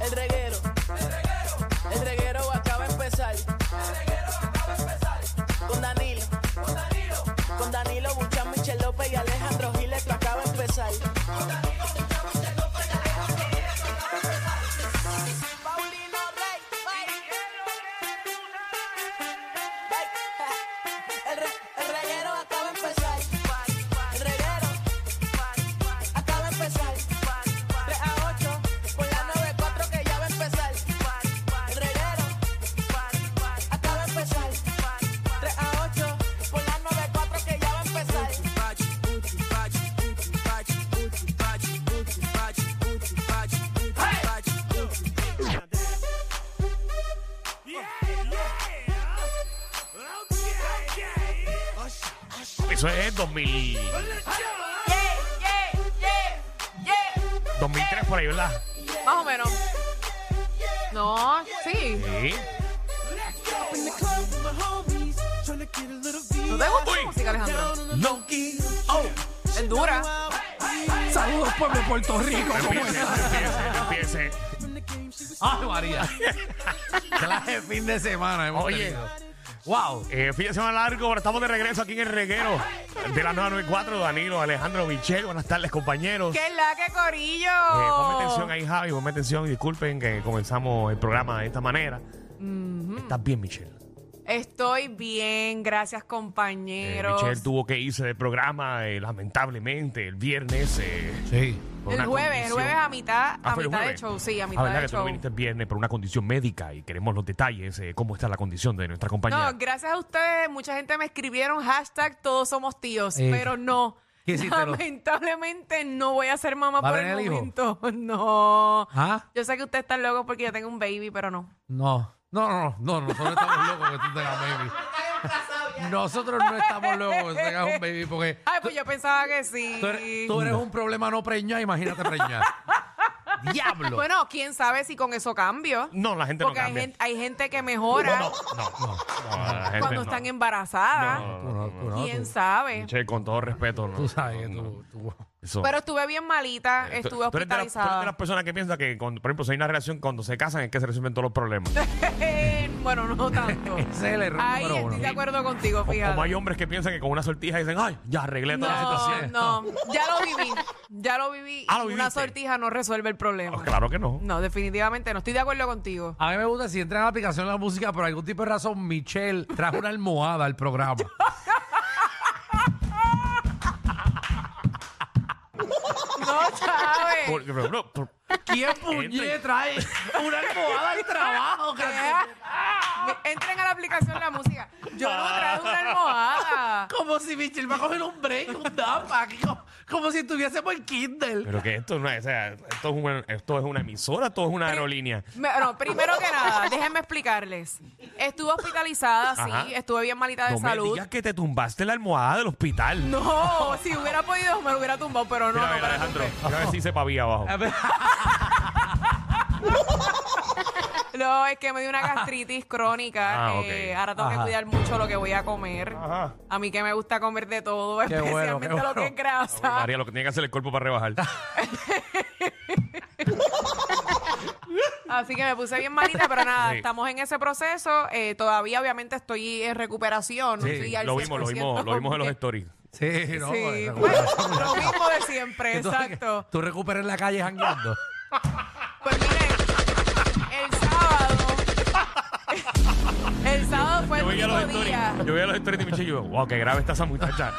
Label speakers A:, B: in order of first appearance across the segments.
A: El reguero. El reguero acaba de empezar. Con Danilo. Con Danilo Buchan, Michel López y Alejandro Giles, esto acaba de empezar. Paulino Rey, Rey. El re- el reguero acaba de empezar. El reguero acaba de empezar. 3 a 8 por la 94 que ya va a empezar. El reguero acaba de empezar. 3 a 8 por la 94 que ya va a empezar.
B: Eso es 2000,
A: Yeah, yeah, yeah, yeah.
B: 2003 por ahí, ¿verdad?
C: Más o menos. No, sí.
B: Sí.
C: ¿No te gusta la
B: Uy.
C: música, Alejandro?
B: No.
C: Es dura.
D: Saludos, pueblo de Puerto Rico.
B: No
D: ¿Cómo
B: empiece,
D: estás?
B: no empiece, no empiece.
D: Ay, María. Clase de fin de semana hemos
B: Oye.
D: tenido. Wow.
B: Eh, fin de semana largo, pero estamos de regreso aquí en el reguero de la 994. Danilo, Alejandro, Michelle, buenas tardes, compañeros.
C: ¡Qué la que corillo!
B: Eh, ponme atención ahí, Javi, ponme atención. Disculpen que comenzamos el programa de esta manera. Estás bien, Michelle.
C: Estoy bien, gracias
B: Eh,
C: compañeros.
B: Michelle tuvo que irse del programa, eh, lamentablemente, el viernes. eh,
D: Sí.
B: por
C: el
B: una
C: jueves, el
B: condición.
C: jueves a mitad,
B: Ah,
C: a
B: fue el
C: mitad de
B: jueves.
C: show, sí, a
B: Ah,
C: mitad
B: verdad
C: de
B: que tú no
C: show.
B: viniste el viernes por una condición médica y queremos los detalles, eh, cómo está la condición de nuestra compañera.
C: No, gracias a ustedes, mucha gente me escribieron hashtag todos somos tíos,
D: Eh,
C: pero no.
D: ¿qué hiciste, no?
C: Lamentablemente no voy a ser mamá
D: ¿Va a
C: por
D: tener
C: el
D: el hijo?
C: momento. No.
D: ¿Ah?
C: Yo sé que ustedes están locos porque yo tengo un baby, pero no.
D: No. No, no, no, no, nosotros estamos locos que tú tengas un baby. Nosotros no estamos locos que tú tengas un baby porque
C: Ay, pues yo pensaba que sí.
D: tú eres, tú eres un problema no preñado, imagínate preñar. ¡Diablo!
C: Bueno, quién sabe si con eso cambio.
B: No, la gente
C: Porque
B: no
C: hay
B: cambia.
C: gente, hay gente que mejora
B: No, no, no, la gente
C: cuando
B: no.
C: están embarazadas.
B: No,
D: Tú no, tú no,
C: ¿Quién
D: tú-
C: sabe?
B: Che, con todo respeto, no.
D: Tú sabes que
B: no, no.
D: tú... tú-
B: Eso.
C: Pero estuve bien malita,
B: Eh, Tú-
C: estuve
B: tú eres de las- tú eres de las
C: hospitalizada.
B: personas que piensan que, cuando, por ejemplo, si hay una relación, cuando se casan es que se resuelven todos los problemas.
C: Eh, bueno, no tanto.
D: Ese es el error
C: Ahí
D: número
C: estoy de
D: uno.
C: acuerdo contigo,
B: O- Como hay
C: fíjate.
B: hombres que piensan que con una sortija dicen, ay, ya arreglé toda la
C: No,
B: situación.
C: no, ya lo viví, ya lo viví.
B: Ah, ¿lo
C: Una
B: viviste?
C: sortija no resuelve el problema.
B: Oh, claro que no.
C: No, definitivamente no. Estoy de acuerdo contigo.
D: A mí me gusta si entra en la aplicación de la música, por algún tipo de razón, Michelle trajo una almohada al programa.
C: No sabes.
B: Por- pero, no, por-
D: ¿Quién puñe trae una almohada al trabajo?
C: Ah, Entren a la aplicación la música. Yo no traje
B: Ah.
C: una almohada.
D: Como si Michelle va a coger un break, un dapa, como, como si estuviésemos en Kindle.
B: pero que esto no es, o sea, esto es, una, esto es una emisora, esto es una aerolínea.
C: Me- no, primero que nada, déjenme explicarles. Estuve hospitalizada, sí,
B: Ajá.
C: estuve bien malita de
B: No me
C: salud.
B: digas que te tumbaste la almohada del hospital.
C: No, si hubiera podido me lo hubiera tumbado, pero no,
B: Mira, mira,
C: no me la
B: Alejandro,
C: tumbé.
B: mira a ver si se pavía abajo.
C: No, es que me dio una gastritis crónica.
B: Ah, ok.
C: eh, ahora tengo que
D: Ajá.
C: cuidar mucho lo que voy a comer.
B: Ajá.
C: A mí que me gusta comer de todo,
D: Qué bueno,
C: especialmente
D: qué
C: lo que
D: bueno.
C: es grasa.
B: María, lo que tiene que hacer el cuerpo para rebajar.
C: Ah, Así que me puse bien malita, pero nada,
B: Sí.
C: estamos en ese proceso. eh, todavía, obviamente, estoy en recuperación. no
B: Sí,
C: estoy al
B: lo vimos, lo
C: 100%
B: vimos, lo vimos en los
C: bien.
B: stories.
D: Sí, no,
C: Sí,
D: bueno,
C: bueno, lo mismo de siempre,
D: Que tú-
C: exacto.
D: que Tú recuperes la calle jangueando.
C: Pues miren, el sábado. El sábado fue
B: Yo
C: el
B: veía los
C: único
B: stories.
C: día.
B: Yo veía los stories de Michelle y yo, wow, qué grave está esa muchacha.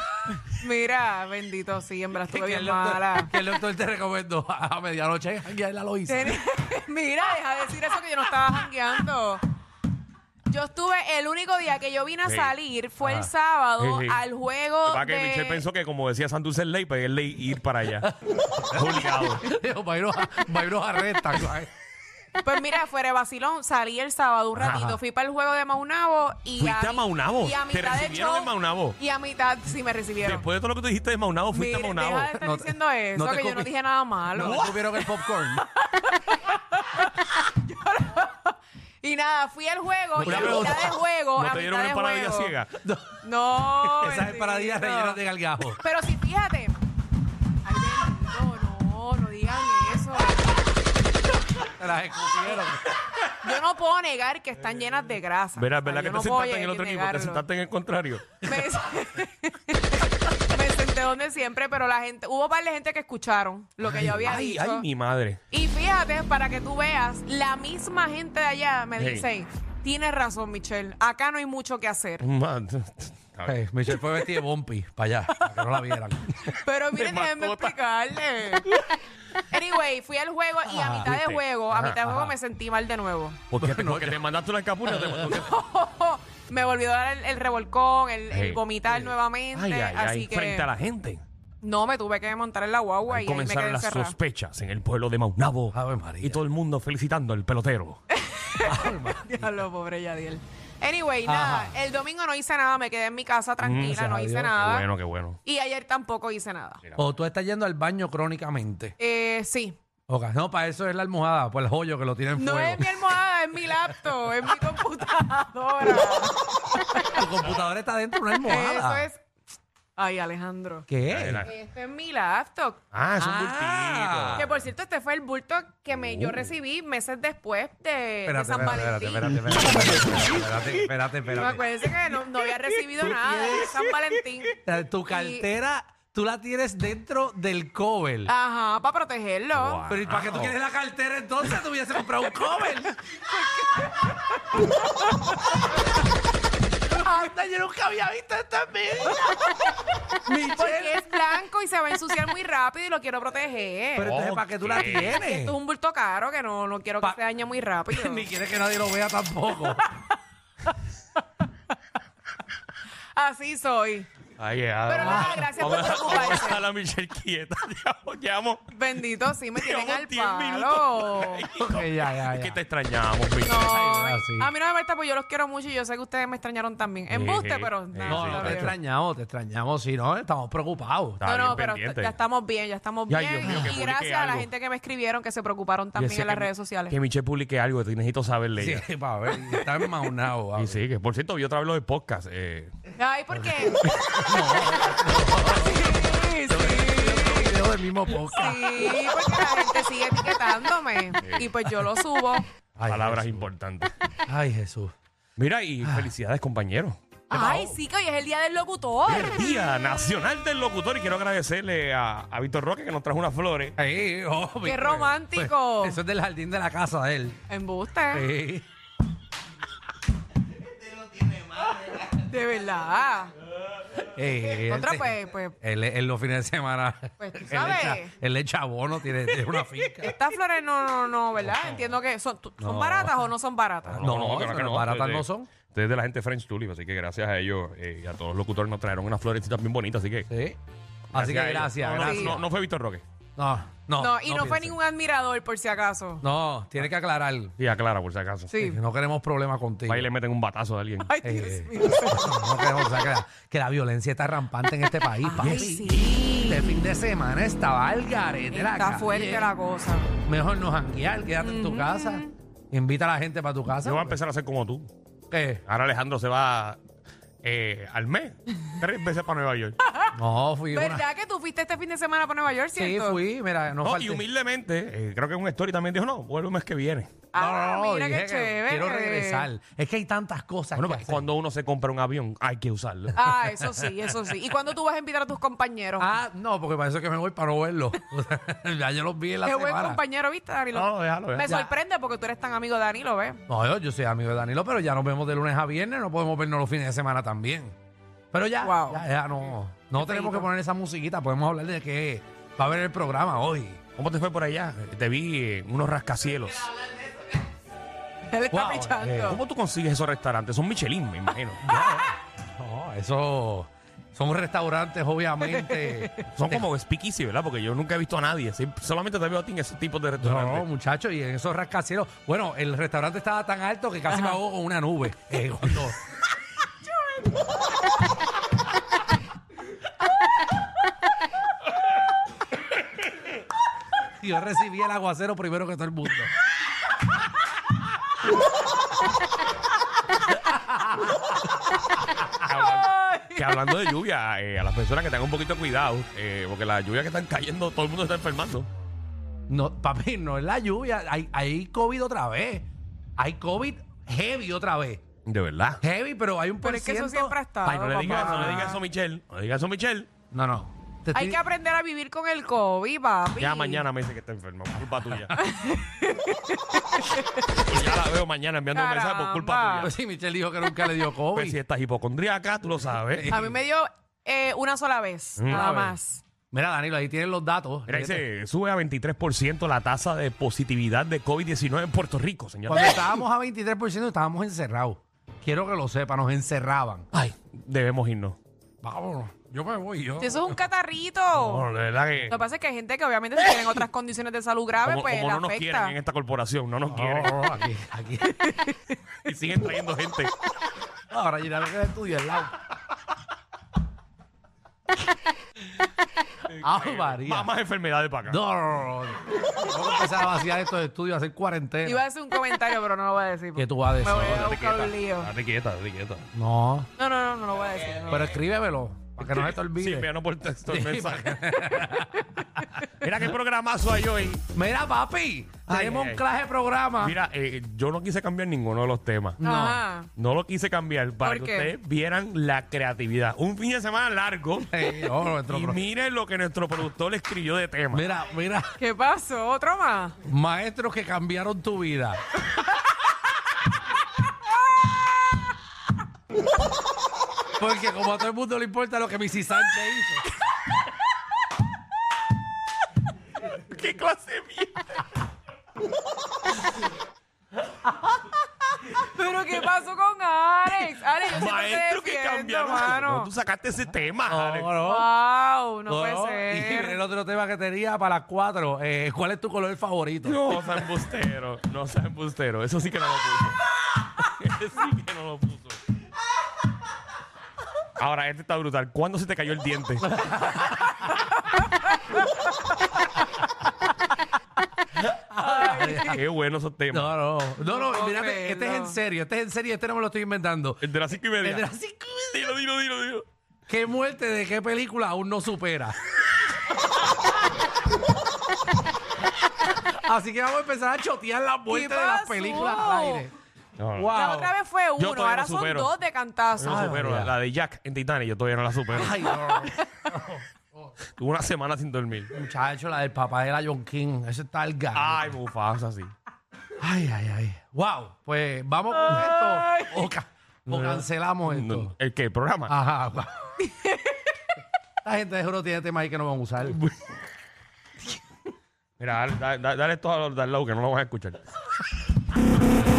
C: Mira, bendito, sí, en verdad estuve
D: Que
C: bien
D: el doctor-
C: mala.
D: Que el doctor te recomendó a, a medianoche janguear en la Loíza.
C: Ten- Mira, deja de decir eso que yo no estaba jangueando. Yo estuve, el único día que yo vine a
B: Sí.
C: salir fue el
B: Ajá.
C: sábado
B: Sí, sí.
C: al juego
B: Para que Michelle
C: de...
B: pensó que, como decía Santos el ley, pues es ley ir para allá. Obligado.
D: Digo, para irnos a- para irnos a arrestan, ¿sabes?
C: Pues mira, fuera de vacilón, salí el sábado un ratito,
D: Ajá.
C: fui para el juego de Maunabo y...
B: ¿Fuiste a
C: mi-
B: Maunabo?
C: Y a
B: ¿Te
C: mitad del
B: recibieron
C: show-
B: en Maunabo?
C: Y a mitad, sí, me recibieron.
B: Después de todo lo que tú dijiste de Maunabo, fuiste
C: Mira,
B: a Maunabo.
C: Deja de estar
D: No te-
C: diciendo eso,
D: no te
C: que yo no
D: copi-
C: dije nada malo.
D: No te comieron el popcorn.
C: Y nada, fui al juego y
D: Una
C: a
D: pregunta.
C: mitad del juego.
B: ¿No
C: a
B: te dieron
C: mitad
B: una
C: del
B: paradilla
C: juego-
B: ciega?
C: No.
D: Esas
C: bendito.
D: empanadillas rellenas de gargajo.
C: Pero si fíjate. Ay, bendito, no, no digan eso.
D: Te las escupieron.
C: Yo no puedo negar que están llenas de grasa.
B: Verás,
C: O sea,
B: ¿verdad que
C: yo
B: te
C: no puedo
B: sentaste en el
C: llegar-
B: otro equipo?
C: negarlo.
B: Te sentaste en el contrario.
C: Me, me senté donde siempre, pero la gente, hubo par de gente que escucharon lo que yo había
B: Ay,
C: dicho.
B: ay, mi madre.
C: Y fíjate, para que tú veas, la misma gente de allá me
B: Hey.
C: dice, tienes razón, Michelle, acá no hay mucho que hacer.
B: Man,
D: Eh, Michelle fue vestida de Bompi para allá, para que no la vieran.
C: Pero miren,
B: mató
C: déjenme
B: otra.
C: explicarle. Anyway, fui al juego y a mitad de
B: fuiste.
C: juego, a
B: Ajá,
C: mitad de juego
D: ajá.
C: me sentí mal de nuevo.
B: ¿Por qué te,
D: No,
B: porque te mandaste una escapula? Te- porque-
C: me volvió a dar el, el revolcón, el, el
B: Hey.
C: vomitar nuevamente.
B: Ay, ay,
C: así
B: ay,
C: que
B: frente a la gente.
C: no me tuve que montar en la guagua
B: Ahí
C: y ahí me
B: comenzaron
C: quedé
B: las
C: encerrada.
B: sospechas en el pueblo de Maunabo.
D: Ave María.
B: Y todo el mundo felicitando al pelotero.
C: Diablo, pobre Yadiel. Anyway,
D: Ajá.
C: nada, el domingo no hice nada, me quedé en mi
B: Mm,
C: casa tranquila,
D: gracias
C: no
D: a
C: hice
D: Dios, qué
C: nada.
B: Qué bueno, qué bueno.
C: Y ayer tampoco hice nada.
D: O tú estás yendo al baño crónicamente.
C: Eh, sí.
D: Ok, No, para eso es la almohada, por el hoyo que lo tienen
C: No
D: fuego.
C: es mi almohada, es mi laptop, es mi computadora.
D: Tu computadora está dentro de una
C: Eso
D: almohada.
C: es. Ay, Alejandro.
D: ¿Qué?
C: Este es mi laptop.
B: Ah, es un
D: Ah. Uh.
B: bultito.
C: Que por cierto, este fue el bulto que me, yo recibí meses después de, de
D: Espérate,
C: San
D: espérate,
C: Valentín.
D: espérate, espérate, espérate, espérate, espérate,
C: No,
D: espérate.
C: acuérdense que no, no había recibido nada de San Valentín.
D: O sea, Tu cartera, tú la tienes dentro del cover.
C: Ajá, para protegerlo.
B: Wow.
D: Pero ¿y para qué tú quieres la cartera entonces? Tú hubiese comprado un cover. Hasta Ah, yo nunca había visto esto en mi vida.
C: Porque
D: Michelle.
C: es blanco y se va a ensuciar muy rápido y lo quiero proteger.
D: Pero entonces, ¿para qué tú la
B: Ok.
C: Esto
D: tienes?
C: es un bulto caro que no, no quiero que
D: Pa-
C: se dañe muy rápido.
D: Ni quieres que nadie lo vea tampoco.
C: Así soy.
B: Ay, ya,
C: Pero
B: ah, vamos
C: nada,
B: a-
C: gracias por
B: vamos a-
C: preocuparse.
B: Vamos a dejar a Michelle quieta. Llevamos- Llevamos
C: Bendito, sí, me tienen
B: Llevamos
C: al
B: 10
C: palo.
D: Ok, ya, ya,
B: Es que
D: ya.
B: te extrañamos, Michelle.
C: No,
D: Ay, sí.
C: a mí no me molesta porque yo los quiero mucho y yo sé que ustedes me extrañaron también. Embuste,
B: sí,
C: pero
B: sí,
C: nada,
D: No,
B: sí,
D: no,
C: está
D: te
C: bien.
D: extrañamos, te extrañamos. Sí, no, estamos preocupados.
B: Está
C: no,
B: bien
C: no, pero
B: pendiente.
C: ya estamos bien, ya estamos
B: Ya,
C: bien.
B: Dios mío, que
C: y
B: publique
C: gracias a la
B: algo.
C: gente que me escribieron, que se preocuparon
B: Y
C: también
B: decía
C: en las
B: que-
C: redes sociales.
B: Que Michelle publique algo, te necesito saberle.
D: Sí,
B: ella.
D: para ver, está enmaunado. va.
B: Y sí, que por cierto, vi otra vez lo de podcast. eh,
C: Ay, ¿por qué? sí, sí.
D: Otro video del mismo podcast.
C: Sí, porque la gente sigue etiquetándome. Y pues yo lo subo.
D: Ay,
B: palabras
D: Jesús.
B: importantes.
D: Ay, Jesús.
B: Mira, y felicidades, compañero.
C: Ay, sí, que hoy es el día del locutor.
B: El Día Nacional del Locutor. Y quiero agradecerle a, a Víctor Roque que nos trajo unas flores.
D: Ay, oh,
C: ¡Qué
B: Pues,
D: Víctor.
C: romántico!
D: Pues, Eso es del jardín de la casa de él.
C: Embuste.
D: Sí.
C: De verdad.
D: Eh,
C: Contra,
D: él-
C: pues- pues-
D: Él, él los fines de semana.
C: Pues, tú
D: él
C: sabes.
D: echa- Él echa abono, tiene, tiene una finca.
C: Estas flores no, no, no, ¿verdad? Entiendo que son, tú- ¿son
D: No.
C: baratas o no son baratas.
D: No, pero que no, baratas
B: de-
D: no son.
B: de- de la gente French Tulip, así que gracias a ellos eh, y a todos los locutores nos trajeron unas florecitas bien bonitas, así que.
D: Sí. Así que
B: a
D: gracias,
B: ellos. No, no,
D: gracias.
B: No, no fue Víctor Roque.
D: No, no.
C: No, y no, fue
D: piensen.
C: ningún admirador, por si acaso.
D: No, tiene que aclarar.
B: Y aclara, por si acaso.
C: Sí.
D: que No queremos problemas contigo.
B: Ahí le meten un batazo a alguien.
C: Ay,
D: Eh,
C: Dios mío.
D: no queremos, o sea, que, la, que la violencia está rampante en este país, papi.
C: Ay, sí.
D: Este fin de semana estaba al garete la
C: Está
D: calle.
C: fuerte la cosa.
D: Mejor no janguear, quédate en tu casa. Invita a la gente para tu casa.
B: Yo voy a empezar a ser como tú.
D: ¿Qué?
B: Ahora Alejandro se va eh, al mes, tres veces para Nueva York.
D: No, fui una...
C: ¿Verdad que tú fuiste este fin de semana para Nueva York,
D: Sí,
C: cierto?
D: fui, mira, no
B: No,
D: falté.
B: y humildemente, eh, creo que en un story también dijo, no, vuelvo el mes que viene.
C: Ah, mira qué
D: dije que
C: chévere.
D: quiero regresar. Es que hay tantas cosas
B: Bueno,
D: que
B: porque
D: hacer.
B: cuando uno se compra un avión, hay que usarlo.
C: Ah, eso sí, eso sí. ¿Y cuándo tú vas a invitar a tus compañeros?
D: Ah, no, porque parece que me voy para no verlo. ya yo los vi en la
C: Qué buen
D: semana. Oh,
C: compañero, ¿viste, Danilo?
B: No, déjalo, déjalo.
C: Me
D: Ya.
C: sorprende porque tú eres tan amigo de Danilo, ¿ves?
D: No, yo, yo soy amigo de Danilo, pero ya nos vemos de lunes a viernes, no podemos vernos los fines de semana también. Pero ya,
C: Wow.
D: ya, ya no, no tenemos
C: feíto.
D: que poner esa musiquita, podemos hablar de que va a haber el programa hoy.
B: ¿Cómo te fue por allá? Te vi en unos rascacielos.
C: Él está
D: Wow, eh,
C: pichando.
B: ¿Cómo tú consigues esos restaurantes? Son Michelin, me imagino.
D: No, eso son restaurantes, obviamente.
B: Son como speakeasy, ¿verdad? Porque yo nunca he visto a nadie. Siempre- Solamente te veo a ti en esos tipos de
D: No,
B: restaurantes.
D: muchachos, y en esos rascacielos. Bueno, el restaurante estaba tan alto que casi me ahogo con una nube. Eh, cuando- Yo recibí el aguacero primero que todo el mundo.
B: Hablan- que hablando de lluvia, eh, a las personas que tengan un poquito de cuidado, eh, porque las lluvias que están cayendo, todo el mundo está enfermando.
D: No, papi, no es la lluvia. Hay, hay COVID otra vez. Hay COVID heavy otra vez.
B: De verdad.
D: Heavy, pero hay un
C: Pero es que eso
D: porciento-
C: siempre ha estado,
D: Ay, no, le
C: papá.
B: Diga
D: digas
B: eso,
D: eso,
B: no
D: le
B: le
D: digas
B: digas eso, Michelle. No le digas eso, Michelle.
D: eso. No, no. Te
C: Hay
D: estoy-
C: que aprender a vivir con el COVID, papi.
B: Ya mañana me dice que está enferma, por culpa tuya. Y ya la veo mañana enviando un mensaje por culpa
C: Caramba.
B: tuya.
D: Pues sí, Michelle dijo que nunca le dio COVID.
B: Pues si estás hipocondríaca, tú lo sabes.
C: A mí me dio eh, una sola vez, nada
D: vez.
C: más.
D: Mira, Danilo, ahí tienen los datos.
B: Mira,
D: Fíjate.
B: dice, sube a 23% la tasa de positividad de COVID-19 en Puerto Rico, señor.
D: Cuando estábamos a 23% estábamos encerrados. Quiero que lo sepa, nos encerraban.
B: Ay, debemos irnos.
D: Vámonos. Yo me voy, yo.
C: Si eso es un catarrito.
B: No, de verdad que...
C: Lo que pasa es que hay gente que obviamente si tienen otras condiciones de salud grave,
B: Como,
C: pues
B: como
C: la
B: no nos quieren
C: afecta.
D: este
B: en esta corporación, no nos
D: No,
B: quieren.
D: no, no, aquí, aquí.
B: Y siguen trayendo gente.
D: Ahora llenar el estudio al lado. Ah, María.
B: Más, más enfermedades para acá.
D: No, no, no, no. Vamos a empezar a vaciar estos estudios, a hacer cuarentena.
C: Iba a hacer un comentario, pero no lo voy a decir.
D: ¿Qué tú vas a decir?
C: Me voy a
B: Date
C: buscar un lío.
B: quieta, date quieta, date quieta.
D: No,
C: No, no, no, no lo voy a decir. no.
D: pero escríbemelo, para que no se te
B: Sí,
D: olvide.
B: pero no por texto el
D: Sí,
B: mensaje. Mira qué programazo hay hoy.
D: Mira, papi,
B: Ay,
D: tenemos
B: ay,
D: un
B: ay.
D: clase de programa.
B: Mira, eh, yo no quise cambiar ninguno de los temas.
D: No.
C: Ajá.
B: No lo quise cambiar para que
C: ¿Por qué?
B: ustedes vieran la creatividad. Un fin de semana largo.
D: Sí, no, nuestro
B: y
D: pro-
B: miren lo que nuestro productor le escribió de tema.
D: Mira, mira,
C: ¿Qué pasó? ¿Otro más?
D: maestros que cambiaron tu vida. Porque como a todo el mundo le importa lo que Missy Sánchez hizo.
B: ¿Qué clase de mierda?
C: ¿Pero qué pasó con Alex? Alex, yo siempre te
B: Maestro que
C: defiendo,
B: cambiaron.
C: mano.
B: No, tú sacaste ese tema, Alex.
C: Wow, no,
D: No,
C: puede
D: no. Y
C: ser.
D: el otro tema que tenía para las cuatro, eh, ¿cuál es tu color favorito?
B: No sea embustero, no sea embustero. Eso sí que no lo puso. Eso sí que no lo puso. Ahora, este está brutal. ¿Cuándo se te cayó el diente? Qué bueno esos temas.
D: No, no, no, no,
C: puedo
D: mírate, este es en
C: creerlo.
D: serio, este es en serio, este no me lo estoy inventando.
B: El de las cinco y media.
D: El de las cinco
B: y media. Dilo, dilo, dilo, dilo.
D: ¿Qué muerte de qué película aún no supera? Así que vamos a empezar a chotear las muertes de las
C: pasó?
D: películas al aire.
B: No, no.
D: Wow.
C: La otra vez fue uno,
B: todavía
C: ahora
B: no
C: son
B: supero.
C: dos de
B: Yo no
C: cantazo.
B: supero la, la de Jack en Titanic, yo todavía no la supero.
D: Ay, no.
B: Tuve una semana sin dormir.
D: Muchacho, la del papá de la John King. Ese está el gato.
B: Ay, mufasa, sí.
D: Ay, ay, ay. Wow. Pues vamos con esto. O, ca- o cancelamos esto.
B: No, ¿El qué? ¿El programa?
D: Ajá. guau. Esta gente de juro tiene temas ahí que no van a usar.
B: Mira, dale, dale, dale- dale esto a los Darlow que no lo van a escuchar.